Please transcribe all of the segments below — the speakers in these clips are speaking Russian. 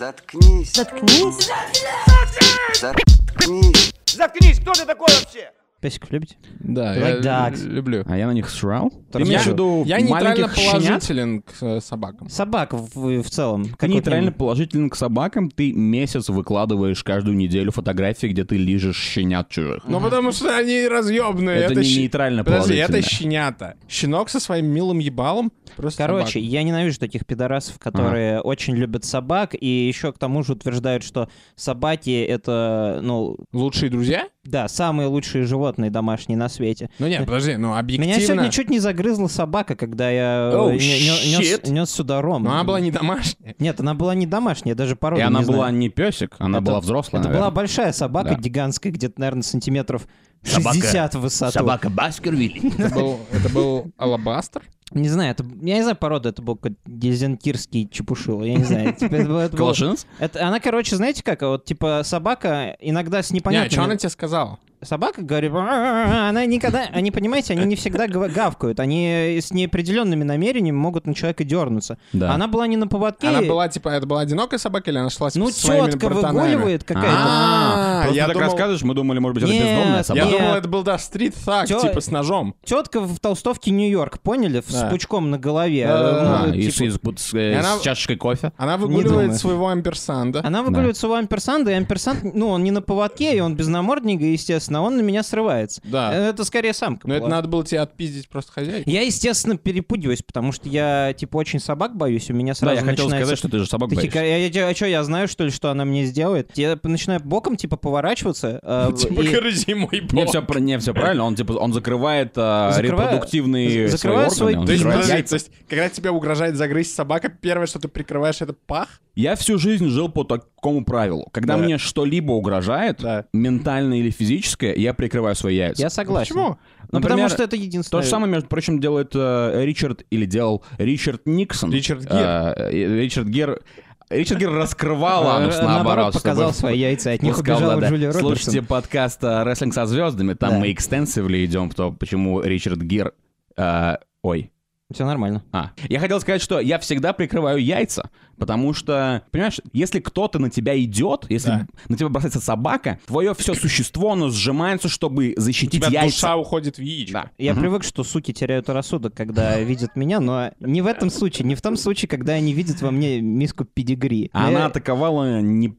Заткнись. Заткнись. Заткнись. Заткнись, кто ты такой вообще? Песиков любите? Да, Like я dogs. люблю. А я на них срал. Я- имею в виду Я нейтрально маленьких щенят? положителен к э, собакам. Собак в, в целом. как Ты вот нейтрально мы- положительно к собакам, ты месяц выкладываешь каждую неделю фотографии, где ты лижешь щенят чужих. Ну, потому что они разъебные. Это не щ- нейтрально Подожди, положительно. это щенята. Щенок со своим милым ебалом просто Короче, собака. я ненавижу таких пидорасов, которые очень любят собак, и еще к тому же утверждают, что собаки — это, ну, Лучшие друзья? да, самые лучшие животные домашние на свете. Ну нет, подожди, ну объективно... Э, Меня сегодня чуть не загрызла собака, когда я э, Oh, не- не- нес shit. нес сюда ром. Но она была не домашняя. Нет, она была не домашняя, даже И порода она не знаю. была не песик, она Это- была взрослая, Это наверное. была большая собака Да. гигантская, где-то, наверное, сантиметров Собака. 60 в высоту. Баскервилли. Это был, это был алабастер? Не знаю, это, я не знаю порода, это был какой-то дезенкирский чепушил, я не знаю. Типа, это был- это был- Калашинс? это- Она, короче, знаете как, вот, типа, собака иногда с Не, что она непонятными... тебе сказала? Собака говорит, «А-а-а-а», она никогда, они, понимаете, они не всегда гав- гавкают, они с неопределенными намерениями могут на человека дернуться. Да. Она была не на поводке, Она была, типа, это была одинокая собака или она шла с ну, со своими тетка братанами? выгуливает какая-то. А, А, я я так думал- рассказываешь, мы думали, может быть, это Нет, бездомная Я Нет. собака. думал, это был, да, стрит-фак, Тё- типа, с ножом. Тетка в толстовке Нью-Йорк, поняли? С Да. пучком на голове. Да-да-да. Ну, А, типа- и с- и с бут- с э, Она- с чашечкой кофе. Она думаю. выгуливает своего амперсанда. Она выгуливает своего амперсанда, и амперсант, ну, он не на поводке, и он без намордника, естественно, а он на меня срывается. Да. Э, Это скорее самка Ну, Но это была. надо было тебе отпиздить просто хозяйку. Я, естественно, перепугиваюсь, потому что я, типа, очень собак боюсь, у меня Да, сразу я хотел начинается сказать, что ты же собак Такие, боишься. я, я- а что, я знаю, что ли, что она мне сделает? Я начинаю боком, типа, поворачиваться. э, Типа, и грызи мой Не бог. все, не все правильно, он типа он закрывает а, Закрываю- репродуктивные з- закрываю свои свой- органы, он То есть, закрывает подожди, яйца. то есть, когда тебе угрожает загрызть собака, первое, что ты прикрываешь, это пах? Я всю жизнь жил по такому правилу. Когда Да. мне что-либо угрожает, Да. ментальное или физическое, я прикрываю свои яйца. Я согласен. Почему? Ну, потому Например, что это единственное. То же самое, между прочим, делает э, Ричард, или делал Ричард Никсон. Ричард Гир. Э, э, Ричард Гер... Ричард Гир раскрывал Э, анус, наоборот. показал чтобы- свои яйца, от них Пускал, убежала да-да. Джулия Робертсон. Слушайте подкаст э, «Рестлинг со звездами», там Да. мы экстенсивли идем, в то, почему Ричард Гир... э, ой, Все нормально. а, я хотел сказать, что я всегда прикрываю яйца, потому что, понимаешь, если кто-то на тебя идет, если Да. на тебя бросается собака, твое все существо, оно сжимается, чтобы У защитить тебя яйца. душа уходит в яичко. Да. Я привык, что суки теряют рассудок, когда видят меня, но не в этом случае, не в том случае, когда они видят во мне миску педигри. Э, А Она Я- атаковала не-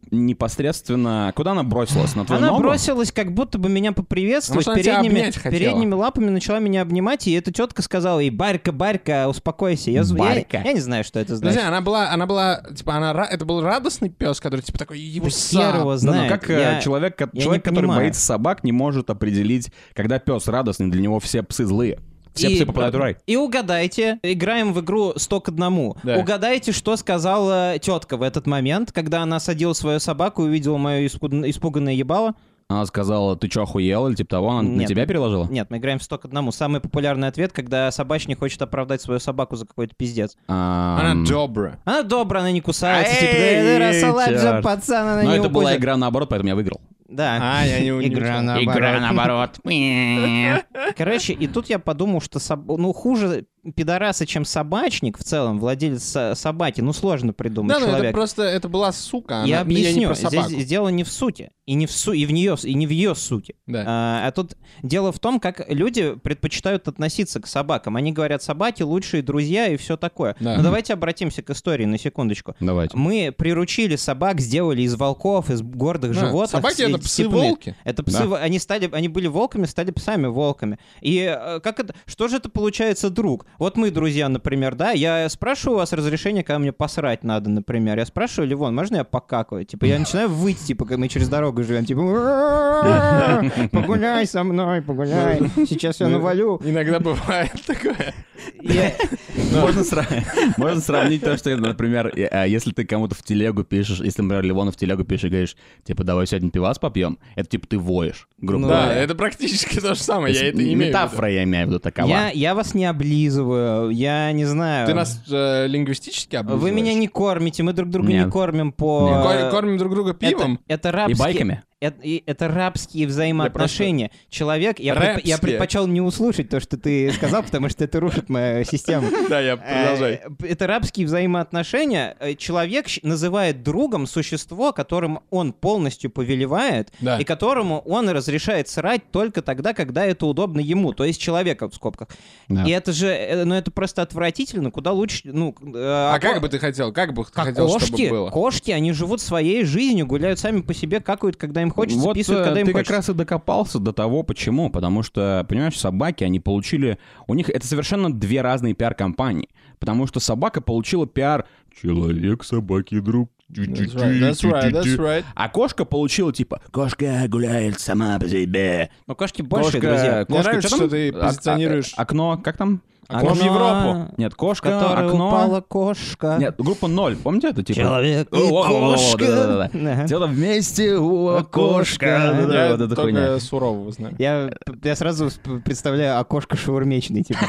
непосредственно... Куда она бросилась? На твою Она ногу? бросилась, как будто бы меня поприветствовать, Может, она тебя передними, обнять хотела? передними лапами начала меня обнимать, и эта тетка сказала ей, «Барька, Барька, успокойся». Я, зв- я- Барька. Я, не знаю, что это Подожди, значит. Ну, она была, она была, типа, она, ра- это был радостный пес, который, типа, такой, его Ну, Хер его сам. Ну, Да, но знает. как э, Я- человек, ко- я человек не который понимаю. боится собак, не может определить, когда пес радостный, для него все псы злые. Все И- псы попадают в рай. И угадайте, играем в игру 100 к одному. Да. Угадайте, что сказала тетка в этот момент, когда она садила свою собаку и увидела мое испуг- испуганное ебало. Она сказала, ты что, охуел? Или типа того, она на Нет. тебя переложила? Нет, мы играем в 100 к одному. Самый популярный ответ, когда собачник хочет оправдать свою собаку за какой-то пиздец. Она Она добра. Она добрая, она не кусается. Типа, «Да, Эй, да, расслабься, чёрт. пацан, она Но не ну, это была укусит». игра наоборот, поэтому я выиграл. Да. А, я не не Игра учел. на- Наоборот. наоборот. Короче, и тут я подумал, что соб- ну хуже пидораса, чем собачник в целом, владелец со- собаки, ну сложно придумать Да, но это человека. просто, это была сука. она- Я Я не объясню, про здесь собаку. дело не в сути, и не в, су... и в нее, и не в ее сути. Да. А, а тут дело в том, как люди предпочитают относиться к собакам. Они говорят, собаки лучшие друзья и все такое. Да. Но Ну, давайте обратимся к истории на секундочку. Давайте. Мы приручили собак, сделали из волков, из гордых Да, животных. собаки с- это их степных. псы-волки. Это псы, Да. во- они стали, они были волками, стали псами волками. И э, как это, что же это получается, друг? Вот мы, друзья, например, да, я спрашиваю у вас разрешение, когда мне посрать надо, например. Я спрашиваю, Ливон, можно я покакаю? Типа, я начинаю выть, типа, как мы через дорогу живем, типа, «Ура! погуляй со мной, погуляй, сейчас Ну, я навалю. Иногда бывает такое. Я- Можно, сра- можно сравнить то, что, например, э, э, если ты кому-то в телегу пишешь, если, например, Ливону в телегу пишешь и говоришь, типа, давай сегодня пивас попьем, это типа ты воешь, грубо Ну Да, говоря. это практически то же То самое, есть э, я это имею в виду. Метафора, я имею в виду, такова. Я, я вас не облизываю, я не знаю. Ты нас э, лингвистически Вы облизываешь? меня не кормите, мы друг друга Нет. не кормим по... э, Кор- Кормим друг друга Это- пивом? Это, И рабские... байками? это, и это рабские взаимоотношения. Человек, я, предпо- я Рабские. предпочел не услышать то, что ты сказал, потому что это рушит мою систему. Да, я продолжай. Э, Это рабские взаимоотношения. Э, Человек щ- называет другом существо, которым он полностью повелевает, Да. и которому он разрешает срать только тогда, когда это удобно ему, то есть человека в скобках. Да. И это же, э, ну это просто отвратительно, куда лучше, ну... э, А око- как бы ты хотел? Как бы ты а хотел, кошки, чтобы было? кошки, они живут своей жизнью, гуляют сами по себе, какают, когда им хочется, вот, писают, э, когда им ты хочется. как раз и докопался до того, почему. Потому что, понимаешь, собаки, они получили... У них это совершенно две разные пиар-компании. Потому что собака получила пиар «Человек, собаки, друг». That's right, that's right, that's right. А кошка получила типа «Кошка гуляет сама по себе». Но кошки больше, Кошка, друзья. кошка, нравится, там? что ты Ок- позиционируешь- Окно, как там? Окно в Европу. Нет, кошка, Которая окно. упала кошка. Нет, группа ноль, помните это типа? Человек и О, о, о, о, кошка. да-да-да-да. Ага. Дело вместе, о, кошка. Я Да-да, Я вот эта хуйня. только сурового знаю. Я, я сразу сп- представляю окошко шаурмечный, типа.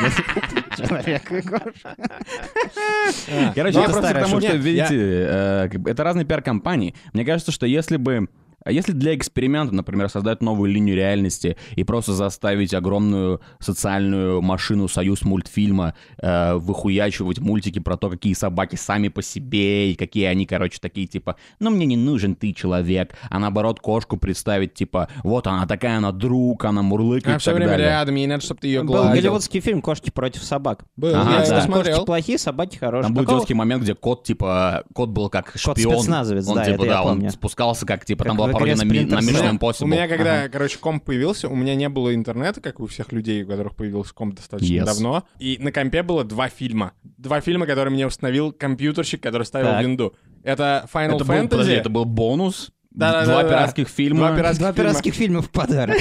Человек и кошка. А. Короче, Ну, А. я это просто к старая тому, шутка. что, Нет, видите, э, как бы это разные пиар-компании. Мне кажется, что если бы... а Если для эксперимента, например, создать новую линию реальности и просто заставить огромную социальную машину союз мультфильма э, выхуячивать мультики про то, какие собаки сами по себе и какие они, короче, такие типа, ну мне не нужен ты человек, а наоборот кошку представить типа, вот она такая, она друг, она мурлыкает А и все так время далее. рядом, ей надо, чтобы ты ее Был гладил. голливудский фильм «Кошки против собак». Был, Ага, я да. его Кошки смотрел. плохие, собаки хорошие. Там был Какого- идиотский момент, где кот, типа, кот был как шпион. спецназовец, он, да, типа, это я да, он помню. спускался как, типа, там Как была в пародия на, игре ми- на Splinter Mission Cell. Impossible. У меня, когда, короче, комп появился, у меня не было интернета, как у всех людей, у которых появился комп достаточно Yes. давно. И на компе было два фильма. Два фильма, которые мне установил компьютерщик, который ставил Так. винду. Это Final это, Fantasy. был, подожди, это был бонус, Да-да-да-да. два пиратских фильма. Два пиратских Два фильма. пиратских фильма в подарок.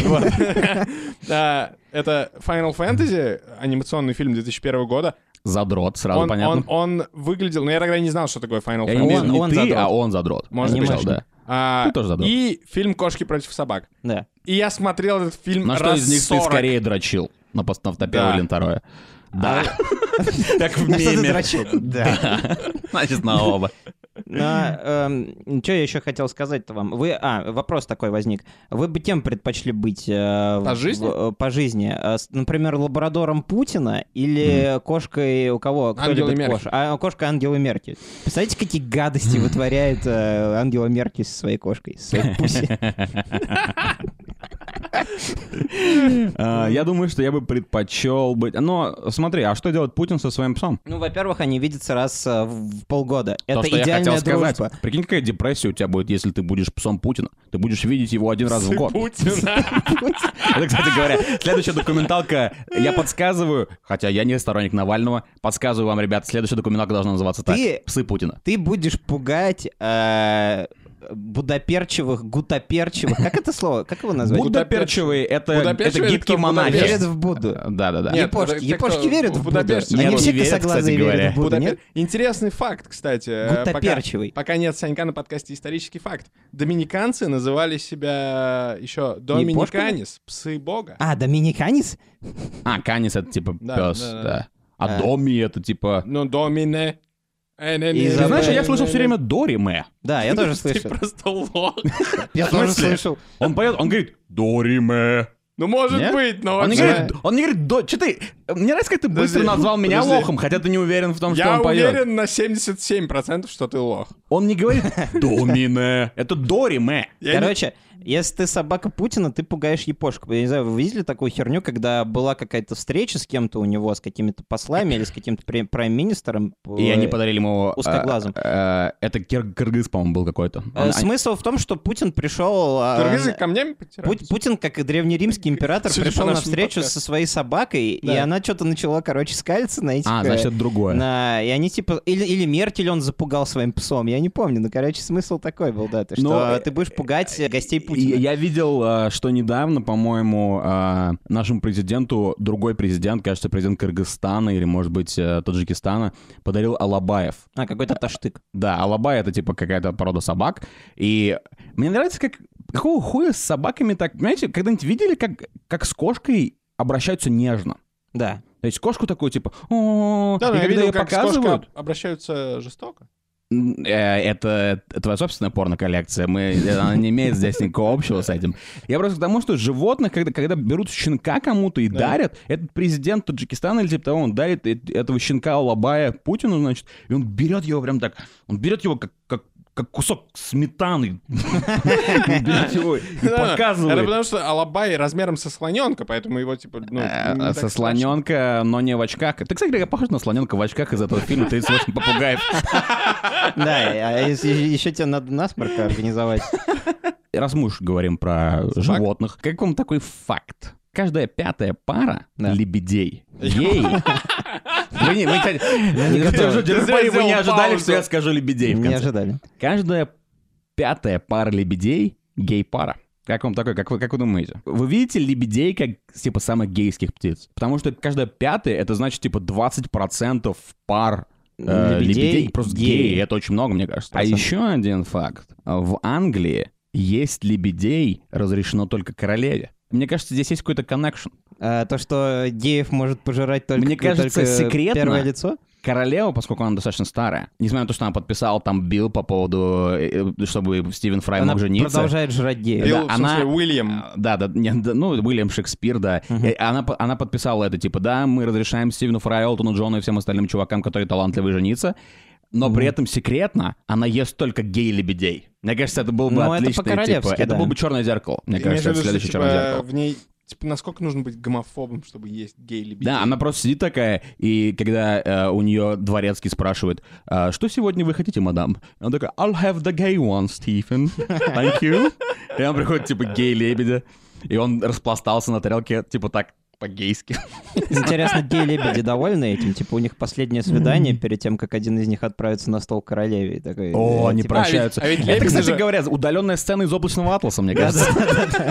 Да, это Final Fantasy, анимационный фильм 2001 года. Задрот, сразу Он, понятно. он, он выглядел... Ну, я тогда не знал, что такое Final Я не Fantasy. имею в виду не он ты, задрот. а он задрот. Может Я не быть. знал, да. А, Ты тоже задрот. И фильм «Кошки против собак». Да. И я смотрел этот фильм На что раз из них 40. ты скорее дрочил? На, пос- на, на первое Да. или на второе? Да. Как в На что ты меме. дрочил? Да. Значит, на оба. эм, Что я еще хотел сказать-то вам? Вы, а, вопрос такой возник. Вы бы кем предпочли быть? э, По в- жизни? в- э, По жизни. Э, с- Например, лабрадором Путина или кошкой у кого? Кто Ангелы любит Меркель. кош- А, кошка Ангелы Меркель. Представляете, какие гадости вытворяет э, Ангела Меркель со своей кошкой, со своей пуси? А, Я думаю, что я бы предпочел быть... Но смотри, а что делает Путин со своим псом? Ну, во-первых, они видятся раз э, в в полгода. То, Это что я хотел идеальная сказать. дружба. Прикинь, какая депрессия у тебя будет, если ты будешь псом Путина. Ты будешь видеть его один раз в год. Путина. Это, кстати говоря, следующая документалка. Я подсказываю, хотя я не сторонник Навального, подсказываю вам, ребят, следующая документалка должна называться так. Ты- Псы Путина. Ты будешь пугать э, будаперчевых, гутаперчевых. Как это слово? Как его назвать? Буддаперчевые — это, это Буддаперчевые гибкие это кто? монахи. Верят в Будду. Да-да-да. Нет, ну, Япошки. это те, кто Япошки верят в в Будду. Будапеште. Они Нет, все не верят, косоглазые кстати говоря. верят в Будду, Будапе- нет? Интересный факт, кстати. э, Гутаперчевый. Пока, пока нет Санька на подкасте «Исторический факт». Доминиканцы называли себя еще доминиканис, псы бога. А, доминиканец? А, канис — это типа Да, пес, да, да. да. А А. доми — это типа... Ну, домине. Э, не, не, И не, Ты знаешь, не, я не, слышал не, не. все время Дориме. Да, я тоже Ты слышал. просто лох. Я тоже слышал. Он поет, он говорит «Дориме». Ну, может Нет? быть, но Он не вообще- говорит, он не говорит, «До-». Чё ты, мне нравится, как ты быстро Подожди, назвал меня подожди. лохом, хотя ты не уверен в том, что Я он поет. уверен на 77%, что ты лох. Он не говорит «Домине», это «Дориме». Я не- Короче, если ты собака Путина, ты пугаешь япошку. Я не знаю, вы видели такую херню, когда была какая-то встреча с кем-то у него, с какими-то послами или с каким-то пре- прайм-министром? И они Э, подарили ему... э, Узкоглазым. э, Это кир- кыргыз, по-моему, был какой-то. А, э, Он- Смысл в том, что Путин пришел... э, а, Кыргызы камнями потирают. Пу- Путин, как и древнеримский император, Судя пришел по на нашему встречу подкасту. со своей собакой, и Да. она что-то начала, короче, скалиться на этих... А, э, значит, это другое. на- И они типа... Или, или Меркель он запугал своим псом, я не помню. Ну, короче, смысл такой был, да, то, что Но, э, ты будешь пугать э, гостей И Путина. Я видел, э, что недавно, по-моему, э, нашему президенту другой президент, кажется, президент Кыргызстана или, может быть, э, Таджикистана, подарил Алабаев. А, какой-то таштык. Да, алабай это типа какая-то порода собак. И мне нравится, как какого хуя с собаками так. Понимаете, когда-нибудь видели, как, как с кошкой обращаются нежно? Да. То есть кошку такую типа, о, Да, и но я когда видел, ее как с кошкой показывают, об- обращаются жестоко. М, э, Это твоя собственная порно-коллекция. Мы, э, она не имеет здесь никакого общего с этим. Я просто к тому, что животных, когда, когда берут щенка кому-то и дарят, этот президент Таджикистана или типа того, он дарит э- этого щенка Алабая Путину, значит, и он берет его прям так, он берет его как, как как кусок сметаны. Он берет его и Это показывает. потому что Алабай размером со слоненка, поэтому его типа... ну, Э, не так Со страшно. слоненка, но не в очках. Ты, кстати, говоря, похож на слоненка в очках из этого фильма «38 попугаев». Да, а еще тебе надо насморк организовать. раз мы уж говорим про животных, как вам такой факт? Каждая пятая пара Да. лебедей. Ей. Вы не- вы, кстати, готовы. держу- держу Ты пари, зря вы не сделал ожидали, паузу. что я скажу лебедей. в Не конце. ожидали. Каждая пятая пара лебедей гей-пара. Как вам такой, как вы, как вы думаете? Вы видите лебедей как, типа, самых гейских птиц? Потому что каждая пятая, это значит, типа, 20% пар э, лебедей, Лебедей просто геи. геи. Это очень много, мне кажется. А Процент. еще один факт. В Англии есть лебедей разрешено только королеве. Мне кажется, здесь есть какой-то коннекшн. А, то, что геев может пожирать только, Мне кажется, только секретно. первое лицо. Королева, поскольку она достаточно старая, несмотря на то, что она подписала там Билл по поводу, э, э, чтобы Стивен Фрай она мог жениться. продолжает жрать геев. Билл, Да, в смысле, она- Уильям. А, Да, да, нет, да, ну, Уильям Шекспир, да. И Она, по- она подписала это, типа, да, мы разрешаем Стивену Фрай, Элтону Джону и всем остальным чувакам, которые талантливые, жениться, но при этом секретно она ест только гей-лебедей. Мне кажется, это был бы Ну, это отличный, по-королевски, типа, это да. было бы черное зеркало. Мне Имеешь в кажется, виду, это что, следующее типа, черное зеркало. В ней, типа, насколько нужно быть гомофобом, чтобы есть гей-лебедей? Да, она просто сидит такая, и когда э, у нее дворецкий спрашивает, «А, что сегодня вы хотите, мадам? И он такой, I'll have the gay one, Stephen. Thank you. И он приходит, типа, гей-лебедя. И он распластался на тарелке, типа, так, по-гейски. Интересно, геи-лебеди довольны этим? Типа у них последнее свидание перед тем, как один из них отправится на стол королеве. И такой, О, э, они типа, прощаются. а ведь Это, лебеди кстати же- говоря, удаленная сцена из облачного атласа, мне кажется.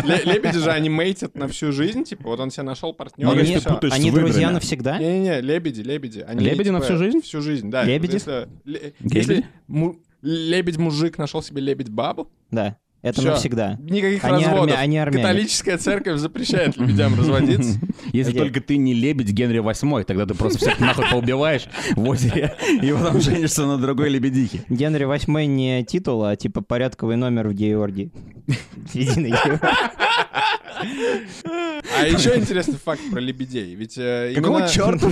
Ле- Лебеди же анимейтят на всю жизнь, типа, вот он себе нашел партнера. Ну, и конечно, всё. путают. путаешься Они с выдрами. друзья навсегда? Не-не-не, лебеди, лебеди. Они, А? Лебеди на типа, всю жизнь? Всю жизнь, да. Лебеди? Вот Если, ле- Гей-лебеди? если му- лебедь-мужик нашел себе лебедь-бабу, Да. Это Всё. навсегда. никаких Они армя- разводов. они армяне. Католическая церковь запрещает лебедям разводиться. Если Окей. только ты не лебедь Генри Восьмой, тогда ты просто всех нахуй поубиваешь в озере и потом женишься на другой лебедихе. Генри VIII не титул, а типа порядковый номер в Георгии. Единый Георгий. А еще интересный факт про лебедей. Ведь э, Какого имена- черта?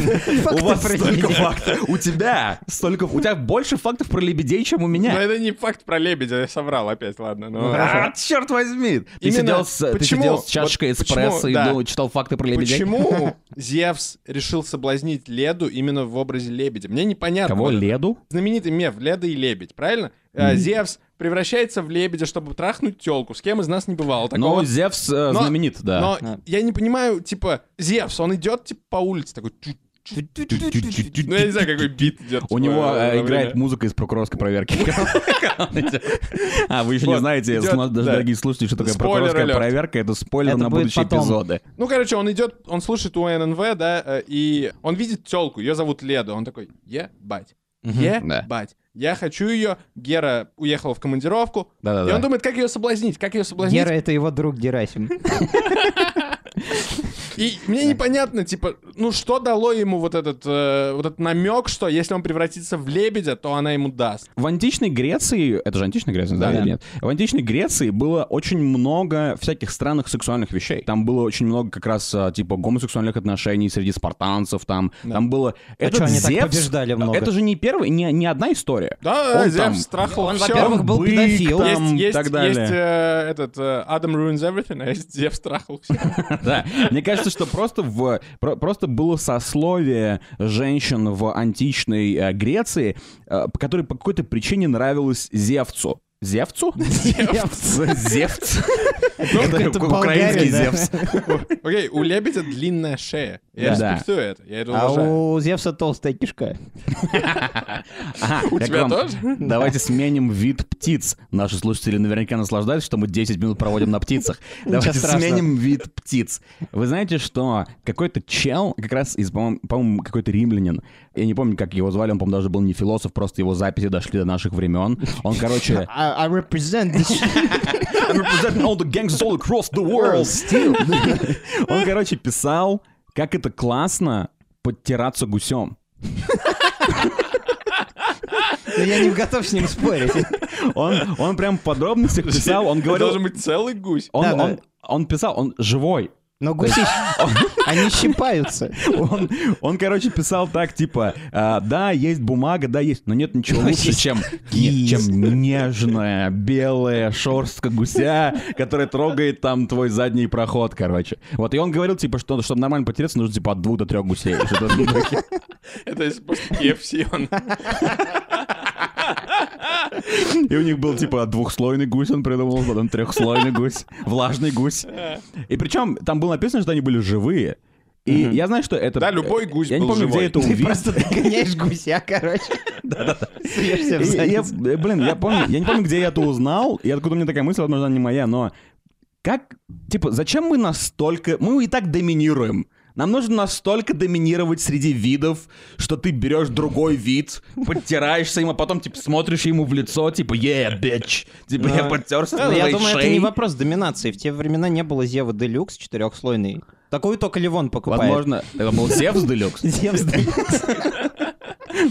У вас про столько лебедей. фактов. У тебя столько... У тебя больше фактов про лебедей, чем у Но меня. Ну, это не факт про лебедя, я соврал опять, ладно. но- А, черт возьми! Ты Ну, Именно сидел, с, ты почему- сидел с чашкой вот почему, эспрессо и да. думал, читал факты про лебедей? Почему Зевс решил соблазнить Леду именно в образе лебедя? Мне непонятно. Кого? Вот Леду? Знаменитый меф Леда и лебедь, правильно? Э, Зевс превращается в лебедя, чтобы трахнуть телку. С кем из нас не бывало такого. Ну, Зевс э, Но- знаменит, да. Но Да. я не понимаю, типа, Зевс, он идет типа по улице такой... чу- чу- Ну, я не знаю, какой бит типа, идет. У него э, играет музыка из прокурорской проверки. А, вы еще не Вот, знаете, идет, смо- даже да. дорогие слушатели, что такое Спойлер прокурорская алерт. проверка. Это спойлер Это на будет будущие потом. эпизоды. Ну, короче, он идет, он слушает у ННВ, да, э, и он видит телку, ее зовут Леда. Он такой, ебать, Да. ебать, я хочу ее. Гера уехала в командировку. И он Да-да-да. думает, как ее соблазнить, как ее соблазнить. Гера — это его друг Герасим. И мне непонятно, типа, ну что дало ему вот этот, э, вот этот намек, что если он превратится в лебедя, то она ему даст. В античной Греции, это же античная Греция, да, Да. или нет? В античной Греции было очень много всяких странных сексуальных вещей. Там было очень много как раз э, типа гомосексуальных отношений среди спартанцев, там, там было... Этот чё, они так Зевс- а, побеждали много? Это же не первый, не, не одна история. Да, Он там- Зевс страхал он, всё. во-первых, был бык педофил. там, Есть, есть, так далее. есть э, этот э, Adam ruins everything, а есть Зевс страхал все. Да, мне кажется, что просто в про- просто было сословие женщин в античной э, Греции, э, которой по какой-то причине нравилось Зевцу. Зевцу? Зевц. Зевц. Это какой-то украинский болгарин, да. Зевс. Окей, у лебедя длинная шея. Я Да. респектую это, я это А уважаю. у Зевса толстая кишка. Ага, У я тебя к вам. тоже? Давайте сменим вид птиц. Наши слушатели наверняка наслаждаются, что мы 10 минут проводим на птицах. Давайте страшного. сменим вид птиц. Вы знаете, что какой-то чел, как раз из, по-моему, по-моему, какой-то римлянин, я не помню, как его звали, он, по-моему, даже был не философ, просто его записи дошли до наших времен. Он, короче... I, I represent this I represent all the gangs all across the world. Он, короче, писал, как это классно подтираться гусем. но Ну, я не готов с ним спорить. Он, он прям в подробностях писал, он Это должен говорил... быть целый гусь. Он, Да, да. он- он писал, он живой. Но гуси, они щипаются. Он, он, короче, писал так, типа, а, да, есть бумага, да, есть, но нет ничего Но лучше, есть чем, не- кисть. чем нежная белая шерстка гуся, которая трогает там твой задний проход, короче. Вот, и он говорил, типа, что чтобы нормально потереться, нужно, типа, от двух до трех гусей. Что-то в этом духе. Это если просто KFC он. И у них был, типа, двухслойный гусь он придумал, потом трехслойный гусь, влажный гусь. И причем там было написано, что они были живые. И я знаю, что это... Да, любой гусь Я не был помню, где живой. это Ты увидел. просто догоняешь гуся, короче. Съешься в И- и я, задницу. Ну, э, блин, я помню, я не помню, где я это узнал, и откуда мне такая мысль, возможно, она не моя, но как, типа, зачем мы настолько, мы и так доминируем, нам нужно настолько доминировать среди видов, что ты берешь другой вид, подтираешься им, а потом, типа, смотришь ему в лицо, типа, е, бич, типа, я подтерся с Ну, я твоей думаю, это шеей». не вопрос доминации. В те времена не было Зева Делюкс четырехслойный. Такую только Ливон покупает. Возможно, это был Зевс Делюкс, Зевс Делюкс.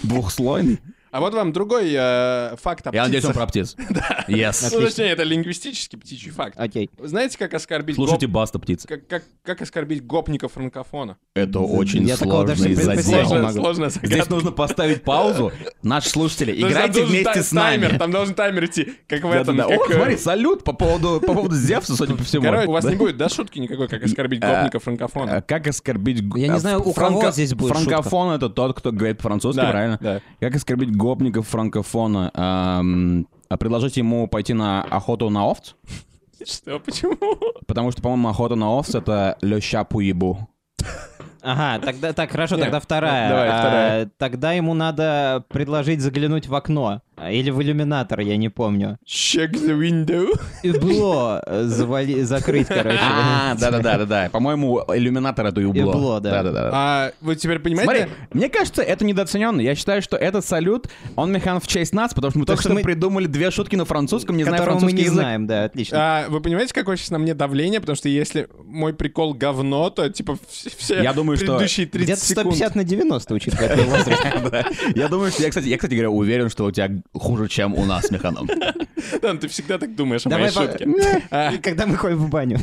двухслойный. А вот вам другой э, факт о Я надеюсь, он птицах. про птиц. Yes. Ну, точнее, это лингвистический птичий факт. Окей. Вы Знаете, как оскорбить Слушайте, гоп- баста птиц. как, как, как оскорбить гопника франкофона? Это очень Я такого даже сложный не представляю. задел. Сложная, могу. сложная Здесь загадка. нужно поставить паузу. Наши слушатели, То есть там играйте должен вместе та- с нами. Таймер, там должен таймер идти, как в Да, этом. да, да. О, как, э, смотри, салют по поводу, по поводу Зевса, судя по всему. Короче, у вас Да. не будет, да, шутки никакой, как оскорбить А, гопника А франкофона? Как оскорбить... г- Я не а, знаю, у кого здесь будет Франкофон — это тот, кто говорит по-французски, Да, а, правильно? да. Как оскорбить гопников франкофона? Ам, а предложить ему пойти на охоту на овц? Что, почему? Потому что, по-моему, охота на овц — это леща пуебу. Ага, тогда так, хорошо, ну, тогда вторая. давай, А, вторая. Тогда ему надо предложить заглянуть в окно. А, Или в иллюминатор, я не помню. Check the window. И было э, завали- закрыть, короче. А, да-да-да-да-да. По-моему, иллюминатор — это юбло. Юбло, да. Да-да-да. А вы теперь Смотри, понимаете? мне кажется, это недооцененно. Я считаю, что этот салют, он механ в честь нас, потому что мы только что что мы- придумали две шутки на французском, не зная Которого мы французский не язык. знаем, да, отлично. а, вы понимаете, какое сейчас на мне давление? Потому что если мой прикол говно, то типа вс- все Я думаю, что предыдущие 30 Где-то секунд. 150 на 90, учитывая твой возраст. Да. Я думаю, что я, кстати, я, кстати говоря, уверен, что у тебя хуже, чем у нас, Механом. Да, ну ты всегда так думаешь о Давай моей по- шутке. А, Не, Когда мы ходим в баню.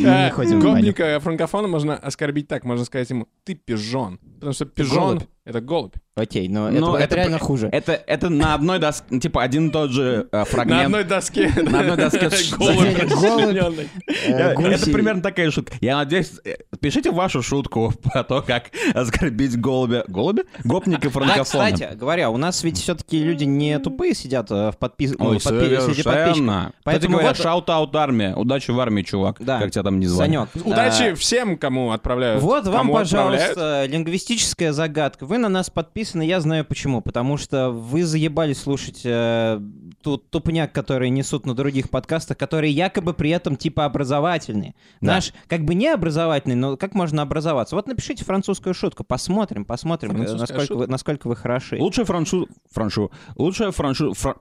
Мы а, не ходим в баню. Гопника франкофона можно оскорбить так, можно сказать ему, ты пижон. Потому что пижон голубь. — это голубь. Окей, но Ну, это- это это реально пр- хуже. Это, это на одной доске, типа один и тот же э, На фрагмент. одной доске. На одной доске с- Голубь Заделит голубь. расчленённый. Я- Э, Это гуси. примерно такая шутка. Я надеюсь, э, пишите вашу шутку про то, как оскорбить голубя. Голубя? Гопника Да, франкофона. А, кстати, говоря, у нас ведь все-таки люди не тупые сидят э, в подпис... ну, Ой, в подпи- среди подписчиков. совершенно. Поэтому Поэтому говоря, вот- шаут-аут армия. Удачи в армии, чувак. Да. Как тебя там не звали. Санек. а, Удачи всем, кому отправляют. Вот вам, Э, Кому отправляют. пожалуйста, лингвистическая загадка. Вы на нас подписаны, я знаю почему. Потому что вы заебали слушать э, ту тупняк, который несут на других подкастах, которые якобы при этом типа образовательные. Да. Наш как бы не образовательный, но как можно образоваться? Вот напишите французскую шутку, посмотрим, посмотрим, э, Французская насколько вы, насколько вы хороши. Лучшая франшу... Франшу... Лучшая франшу... фра-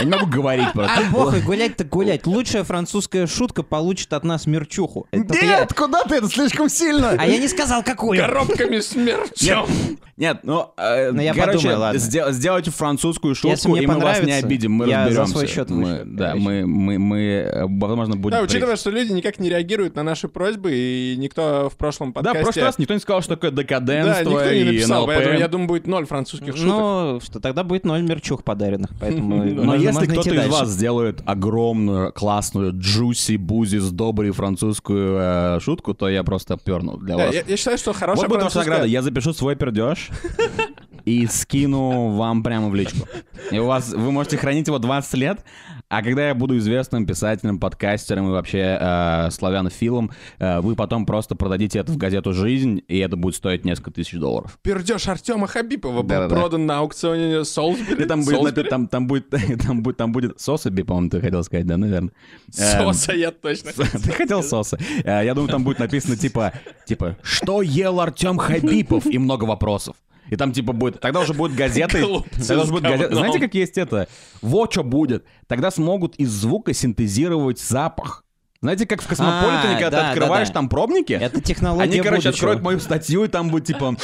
Я не могу говорить просто. А похуй, гулять-то гулять. Лучшая французская шутка получит от нас мерчуху. Это только я- куда ты? Это слишком сильно. А я не сказал, какую. Коробками Нет, смерчом. нет, ну, э, Ну, я короче, подумаю, ладно. сде- сделайте французскую Если шутку, мне и мы вас не понравится, обидим, мы я за разберемся. свой счет Мы- вышлю, Да, конечно. мы, мы, мы, э, возможно, будем... Да, при- учитывая, что люди никак не реагируют на наши просьбы, и никто в прошлом Да, подкасте... в прошлый раз никто не сказал, что такое Да, декаденство никто не и написал, NLP. поэтому я думаю, будет ноль французских шуток. Ну, что, тогда будет ноль мерчух подаренных, поэтому... Но Но можно- если можно идти Ну, кто-то из дальше. вас сделает огромную, классную, джуси, бузи с доброй французскую э, шутку, то я просто перну для Да, вас. я, я считаю, что Вот хорошая будет ваша французская- награда. Я запишу свой пердеж и скину вам прямо в личку. И у вас, вы можете хранить его 20 лет, а когда я буду известным писателем, подкастером и вообще э, славянофилом, э, вы потом просто продадите это в газету «Жизнь», и это будет стоить несколько тысяч долларов. Пердеж Артема Хабипова был Да-да-да. продан на аукционе Солсбери. И там будет, Солсбери? напи- там, там будет, там будет, там будет сособи, по-моему, ты хотел сказать, да, Эм, наверное. Соса, я точно. Ты хотел соса. Э, Я думаю, там будет написано типа, типа, что ел Артем Хабипов и много вопросов. И там типа будет, тогда уже будет газеты, Голубцы тогда уже с будет газета. говном. Знаете, как есть это? Вот что будет. Тогда смогут из звука синтезировать запах. Знаете, как в Космополитене, А, да, когда ты да, открываешь да. там пробники, Это технология они, короче, будущего. откроют мою статью, и там будет, типа,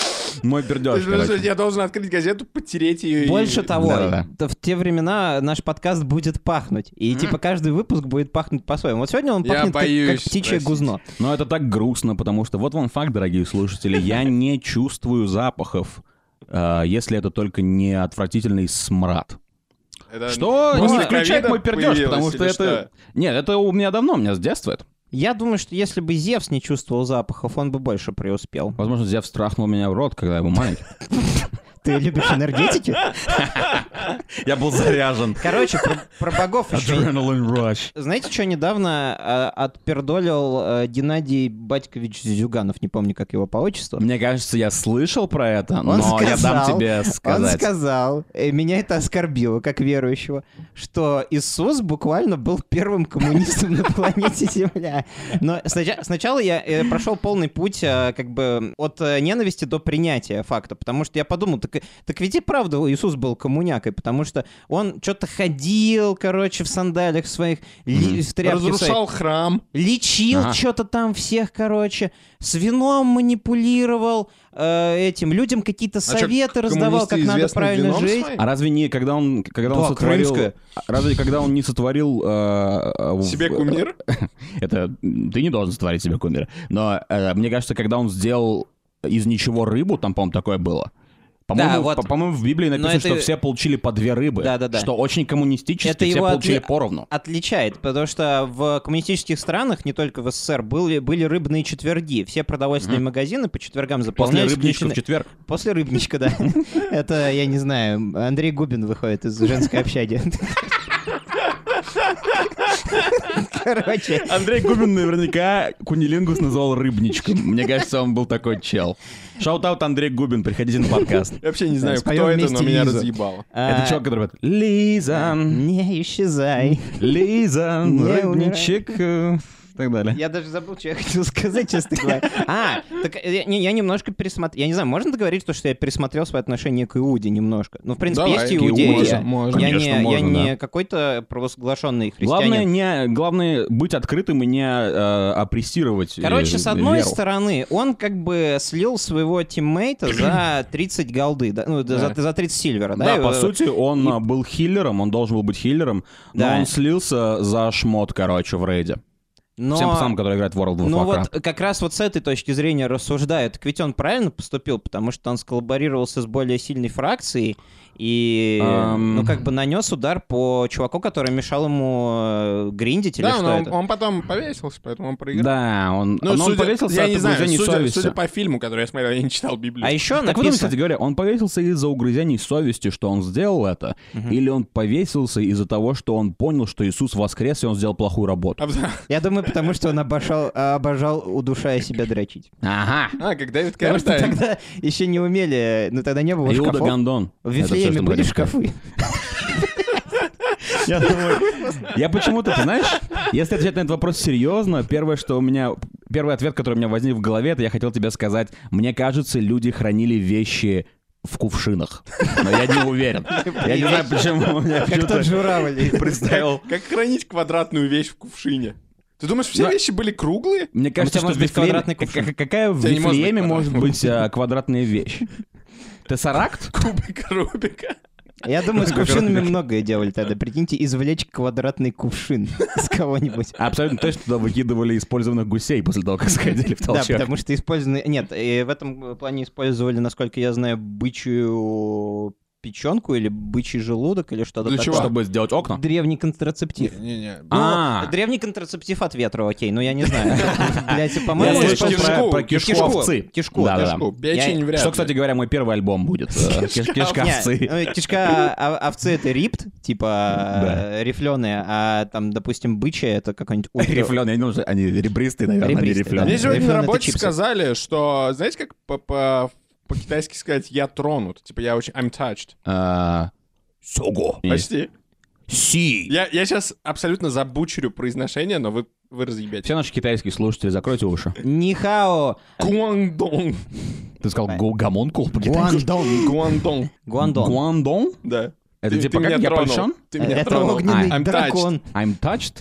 мой То пердеж, есть, потому что короче. Я должен открыть газету, потереть ее. Больше того, Да-да-да. т- в те времена наш подкаст будет пахнуть. И типа каждый выпуск будет пахнуть по-своему. Вот сегодня он Я пахнет как- как, боюсь, птичье простите. гузно. Но это так грустно, потому что вот вам факт, дорогие слушатели, я не чувствую запахов, э, если это только не отвратительный смрад. Э, Что ну, не после включает мой пердеж, потому что это... Нет, это у меня давно, у меня с детства это. Я думаю, что если бы Зевс не чувствовал запахов, он бы больше преуспел. Возможно, Зев страхнул меня в рот, когда я был маленький. Ты любишь энергетики? Я был заряжен. Короче, про, про богов еще. Adrenaline rush. Знаете, что недавно э, отпердолил э, Геннадий Батькович Зюганов, не помню, как его по отчеству. Мне кажется, я слышал про это, Он но я дам сказал, тебе Он сказать. сказал, э, меня это оскорбило, как верующего, что Иисус буквально был первым коммунистом на планете Земля. Но снача- сначала я э, прошел полный путь э, как бы от э, ненависти до принятия факта, потому что я подумал, так, и- так ведь и правда Иисус был коммунякой, потому что он что-то ходил, короче, в сандалях своих, ли- в тряпке своей. Разрушал храм. Лечил Ага. что-то там всех, короче, с вином манипулировал, э, этим людям какие-то А чё, советы раздавал, как коммунисты надо известны правильно вином жить. своим? А разве не, когда он, когда он Да, сотворил... а крымская. Разве когда он не сотворил... э, э, А, в- Себе кумир? Это... м, Ты не должен сотворить себе кумира. Но э, мне кажется, когда он сделал из ничего рыбу, там, по-моему, такое было. По-моему, Да, вот. по- по-моему, в Библии написано, это- что все получили по две рыбы. Да-да-да. Что очень коммунистически, Это все его отли- получили поровну. Отличает, потому что в коммунистических странах, не только в СССР, были, были рыбные четверги. Все продовольственные магазины по четвергам После заполнялись. рыбничка в включены- четверг. После рыбничка, да. Это, я не знаю, Андрей Губин выходит из женской общаги. Короче, Андрей Губин наверняка кунилингус назвал рыбничком. Мне кажется, он был такой чел. Шаут-аут Андрей Губин, приходите на подкаст. Я вообще не знаю, споем кто это, но вместе меня Лизу. разъебало. Это а, чувак, который говорит, Лиза, Не исчезай. Лиза, Не рыбничек, э, и так далее. Я даже забыл, что я хотел сказать, честно говоря. А, так э, я, не- я немножко пересмотрел. Я не знаю, можно договорить то, что я пересмотрел свое отношение к Иуде немножко? Ну, в принципе, Давай, есть к иудеи. Иуде. Я- Можно, я конечно, не, я можно, не да. какой-то провозглашенный христианин. Главное, не, главное быть открытым и не э, опрессировать э, Короче, с одной веру. стороны, он как бы слил своего тиммейта за 30 голды, да? ну, за, за 30 сильвера, да? Да, И, по э, сути, он э, был хиллером, он должен был быть хиллером, Да. но он слился за шмот, короче, в рейде. но- Всем пацанам, которые играют в World of Ну Warcraft. вот как раз вот с этой точки зрения рассуждаю. Так ведь он правильно поступил, потому что он сколлаборировался с более сильной фракцией и, Эм. ну, как бы нанес удар по чуваку, который мешал ему э, гриндить или Да, что но он- это. он потом повесился, поэтому он проиграл. Ну, Да, он, Ну, но он судя- повесился я от не знаю, угрызений судя, совести. судя по фильму, который я смотрел, я не читал Библию. А еще Так вот, написано... кстати говоря, он повесился из-за угрызений совести, что он сделал это, или он повесился из-за того, что он понял, что Иисус воскрес, и он сделал плохую работу. А потом- Я думаю, потому что он обожал, обожал удушая себя дрочить. Ага. А, как Дэвид Потому что Карстайн. тогда еще не умели, ну тогда не было А Иуда шкафов. Гондон. В Это всё, Вифлееме что мы были хотим шкафы. сказать. Я думаю, я почему-то, ты знаешь, если отвечать на этот вопрос серьезно, первое, что у меня... Первый ответ, который у меня возник в голове, это я хотел тебе сказать, мне кажется, люди хранили вещи в кувшинах. Но я не уверен. Я не знаю, почему у меня Как тот почему-то журавль. представил Как хранить квадратную вещь в кувшине? Ты думаешь, все Да. вещи были круглые? Мне кажется, тебя А что может в быть Вифлееме- квадратный как- кувшин. как- Какая в тебя не может быть Вифлееме может квадратного быть а, квадратная вещь? Тессаракт? Кубик Рубика. Я думаю, с Во-первых, кувшинами нет. многое делали тогда. Прикиньте, извлечь квадратный кувшин с кого-нибудь. Абсолютно точно туда выкидывали использованных гусей после того, как сходили в Да, толчок. потому что использованы... Нет, э, в этом плане использовали, насколько я знаю, бычью печенку или бычий желудок или что-то Для такое. чего? Чтобы сделать окна. Древний контрацептив. Не-не. Ну, А. древний контрацептив от ветра, окей, ну я не знаю. Блять, Я по-моему, слышал использовали- кишку, про- про кишку кишку, овцы. кишку, Да-да-да. Кишку. Печень Я- вряд Что, ли. кстати говоря, мой первый альбом будет. э, киш- Кишка Не, овцы. э, Кишка о- овцы это рипт, типа рифленые, а там, допустим, бычья это какой-нибудь ультра- Рифленые, я не думаю, что они ребристые, наверное, они Ребристые, да. Мне рифленые. Есть- сегодня Рифленые на это работе чипсы. сказали, что, знаете, как по- по- по-китайски сказать «я тронут», типа я очень «I'm touched». А, Сого. Почти. Си. Я, я сейчас абсолютно забучерю произношение, но вы, вы разъебете. Все наши китайские слушатели, закройте уши. Нихао, Гуандон. Ты сказал гу- гомонкул по-китайски? Гуандон. Гуандон, Гуандон. Гуандон? да. Это Ты- типа ты как меня я тронул. польщен? Ты меня Это тронул. А, огненный I'm touched. дракон. I'm touched?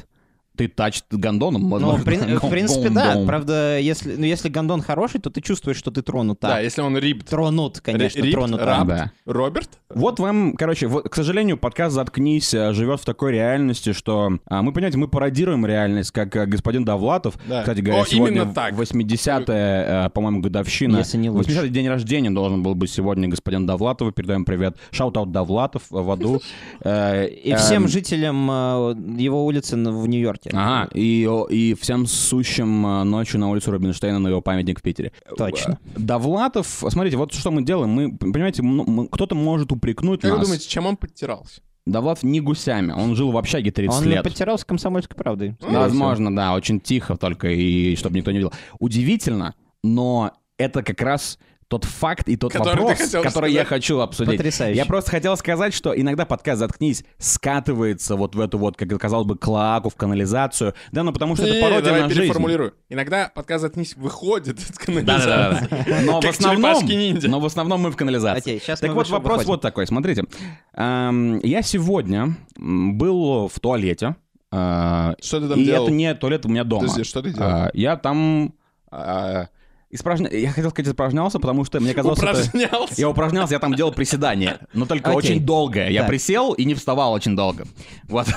Ты тач гондоном. Ну, в, возможно, прин- в гон- принципе, да. гондом. Правда, если, ну, если гондон хороший, то ты чувствуешь, что ты тронут. Да, если он рипт. Тронут, конечно, Рипт, тронут. рапт. да. Роберт? Вот вам, короче, вот, к сожалению, подкаст «Заткнись» э, живет в такой реальности, что а, мы, понимаете, мы пародируем реальность, как э, господин Довлатов. Да. Кстати говоря, О, сегодня именно так. 80-я, э, по-моему, годовщина. Если не лучше. 80-й день рождения должен был быть сегодня господин Довлатову. Передаем привет. Шаут-аут Довлатов э, в аду. Э, И И всем жителям э, его улицы на- в Нью-Йорке. Ага, и, о- и всем сущим э, ночью на улицу Рубинштейна на его памятник в Питере. Точно. Э, Довлатов, смотрите, вот что мы делаем. Мы, понимаете, м- м- кто-то может упрекнуть Как вы нас. думаете, чем он подтирался? Довлатов не гусями, он жил в общаге 30 Он лет. потерял с комсомольской правдой. скорее Возможно, да, очень тихо только, и чтобы никто не видел. Удивительно, но это как раз тот факт и тот Который ты вопрос, хотел который я сказать. хочу обсудить. Потрясающе. Я просто хотел сказать, что иногда подкаст «Заткнись» скатывается вот в эту вот, как казалось бы, клоаку, в канализацию. Да, ну потому что Не, это пародия Э, давай на жизнь. переформулирую. Иногда подкаст «Заткнись» выходит из канализации. Да-да-да. Но в Как основном, черепашки ниндзя. но в основном мы в канализации. Окей, щас так мы вот вышел- вопрос выходим. вот такой. Смотрите, Эм, я сегодня м, был в туалете. э, Что ты там и делал? это не туалет у меня дома. Подожди, что ты делал? А, я там а, испражня- Я хотел сказать упражнялся, потому что мне казалось, это- Упражнялся. Я упражнялся, я там делал приседания, но только Окей. очень долго. Я Так. присел и не вставал очень долго. Вот.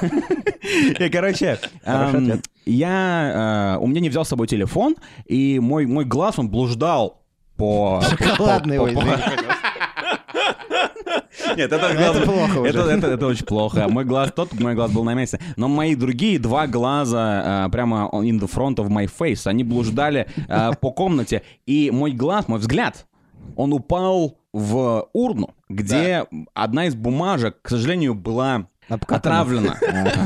И, короче, Хороший эм, ответ. я... э, У меня не взял с собой телефон, и мой мой глаз, он блуждал по... всего. Ладно, его извини. Нет, это, Это плохо уже. это, это- это очень плохо. Мой глаз, тот мой глаз был на месте. Но мои другие два глаза, э, прямо on- in the front of my face, они блуждали э, по комнате. И мой глаз, мой взгляд, он упал в урну, где одна из бумажек, к сожалению, была Обкатана. отравлена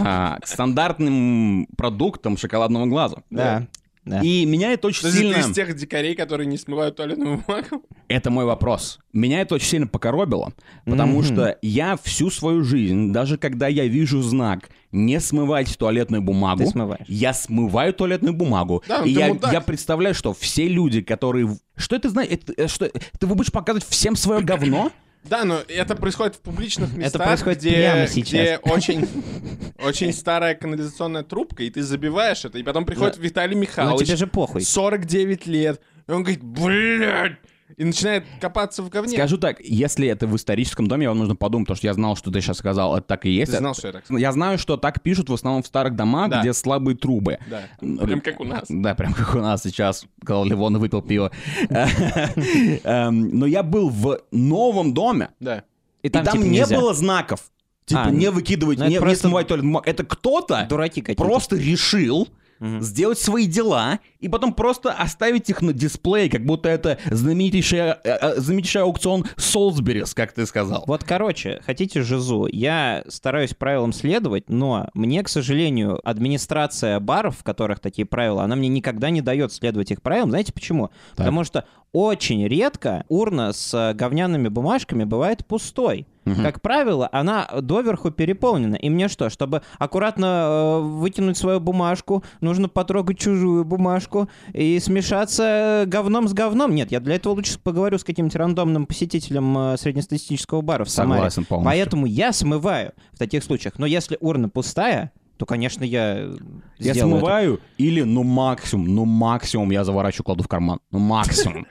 а, стандартным продуктом шоколадного глаза. Да. да. И меня это очень Подожди, сильно... ты из тех дикарей, которые не смывают туалетную бумагу? Это мой вопрос. Меня это очень сильно покоробило, потому Мгм. что я всю свою жизнь, даже когда я вижу знак «не смывать туалетную бумагу», Ты смываешь. я смываю туалетную бумагу. Да, ну и ты я, мудак. я представляю, что все люди, которые... в- Что это значит? Это, э, что, ты будешь показывать всем свое говно? Да, но это происходит в публичных местах, происходит где, прямо сейчас. где очень, очень старая канализационная трубка, и ты забиваешь это, и потом приходит Виталий Ну Михайлович, тебе же похуй. 49 лет, и он говорит, блядь, и начинает копаться в говне. Скажу так, если это в историческом доме, вам нужно подумать, потому что я знал, что ты сейчас сказал, это так и есть. Ты знал, что я так Я знаю, что так пишут в основном в старых домах, Да. где слабые трубы. Да, Ну, прям как у нас. Да, прям как у нас сейчас, когда Ливон выпил пиво. Эм, Но я был в новом доме, Да. И и там типа, не нельзя. было знаков. Типа, А, не ну, выкидывать, ну, это не не просто смывать туалет бумаг. Это кто-то Дураки какие-то. просто решил Мгм. сделать свои дела и потом просто оставить их на дисплее, как будто это знаменитейший, э, э, знаменитейший аукцион Солсберис, как ты сказал. Вот, короче, хотите жизу? Я стараюсь правилам следовать, но мне, к сожалению, администрация баров, в которых такие правила, она мне никогда не дает следовать их правилам. Знаете почему? Потому что очень редко урна с э, говняными бумажками бывает пустой. Как правило, она доверху переполнена. И мне что, чтобы аккуратно э, выкинуть свою бумажку, нужно потрогать чужую бумажку и смешаться э, говном с говном? Нет, я для этого лучше поговорю с каким-нибудь рандомным посетителем э, среднестатистического бара в Самаре. Согласен полностью. Поэтому я смываю в таких случаях. Но если урна пустая, то, конечно, я э, Я сделаю это. смываю или, ну, максимум, ну, максимум я заворачиваю, кладу в карман. Ну, максимум.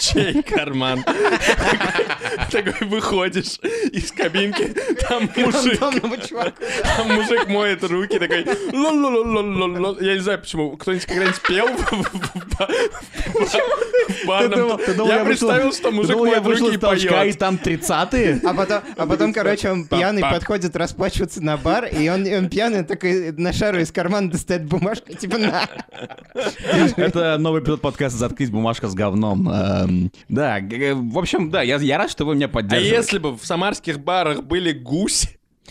Чей карман? Такой выходишь из кабинки, там мужик, Рандомному чуваку. там мужик моет руки, такой «Ло-ло-ло-ло-ло-ло». Я не знаю, почему. Кто-нибудь когда-нибудь пел в- в- в ба- в барном? Я представил, что мужик моет руки и поет. там тридцатые? А потом, а потом, короче, он пьяный Пам-пам. подходит расплачиваться на бар, и он, он пьяный такой на шару из кармана достает бумажку, типа на. Это новый эпизод подкаста «Заткнись, бумажка с говном». Эм, Да, г- г- в общем, да, я- я рад, что вы меня А поддерживаете. если бы в самарских барах были гуси?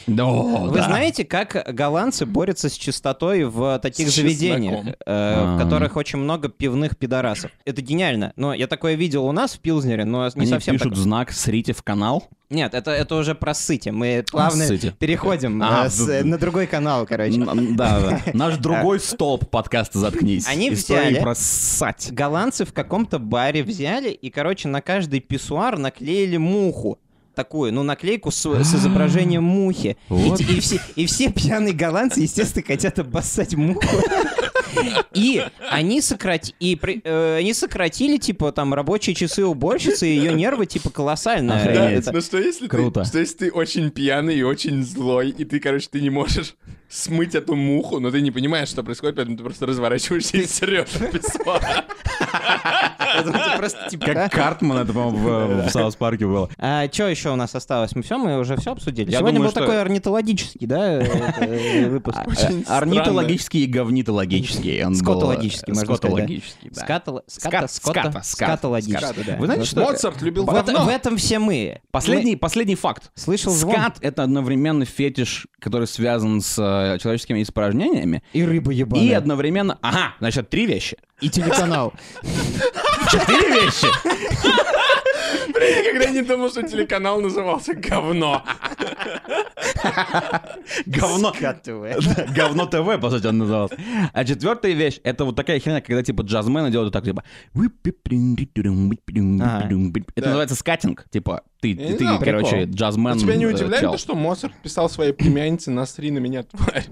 Вы знаете, как голландцы борются с чистотой в э, таких С заведениях, чесноком. э, А. в которых очень много пивных пидорасов? Это гениально. Но я такое видел у нас в Пилзнере, но не Они совсем пишут такое. знак «Срите в канал». Нет, это, это уже про сыти. Мы плавно сыти. переходим А, э, с- д- д- на другой канал, короче. Н- Да, да. Наш другой столб подкаста «Заткнись». Они Истории взяли- про ссать. Голландцы в каком-то баре взяли и, короче, на каждый писсуар наклеили муху. такую, ну, наклейку с, с изображением мухи. И- А. Вот. И, все, и все пьяные голландцы, естественно, хотят обоссать муху. И они, сократи... и при- э, они сократили, типа, там, рабочие часы уборщицы, и ее нервы, типа, колоссально. Да, Охренеть. это- но что если Круто. ты, что если ты очень пьяный и очень злой, и ты, короче, ты не можешь смыть эту муху, но ты не понимаешь, что происходит, поэтому ты просто разворачиваешься и срешь в писсуар. поэтому ты просто, типа, да. Как Картман, это, по-моему, в- в Саус Парке было. А что еще у нас осталось? Мы все, мы уже все обсудили. Я Сегодня думаю, был что- А, такой орнитологический, да, это, э, выпуск. Очень странно. Орнитологический и говнитологический. он был, э, Скотологический, можно сказать, да. скотологический, да. Ската, ската, Скат- скота, ската, скат, скатологический, скат. да. Вы знаете, что... Моцарт любил Вот в говно. этом все мы. Последний, последний факт. Мы- Слышал звон. Скат — это одновременно фетиш, который связан с э, человеческими испражнениями, И рыба ебаная. и одновременно... Ага, значит, три вещи. И телеканал. Четыре вещи! Я никогда не думал, что телеканал назывался «Говно». Говно. Скатовое. Да, Говно ТВ, по сути, он назывался. А четвертая вещь, это вот такая херня, когда типа джазмены делают так, типа... Это называется скатинг. Типа, ты, Я не ты, знал. А короче, Прикол. джазмен. Тебя не э, удивляет чел. то, что Моцарт писал своей племяннице «Насри на меня, тварь».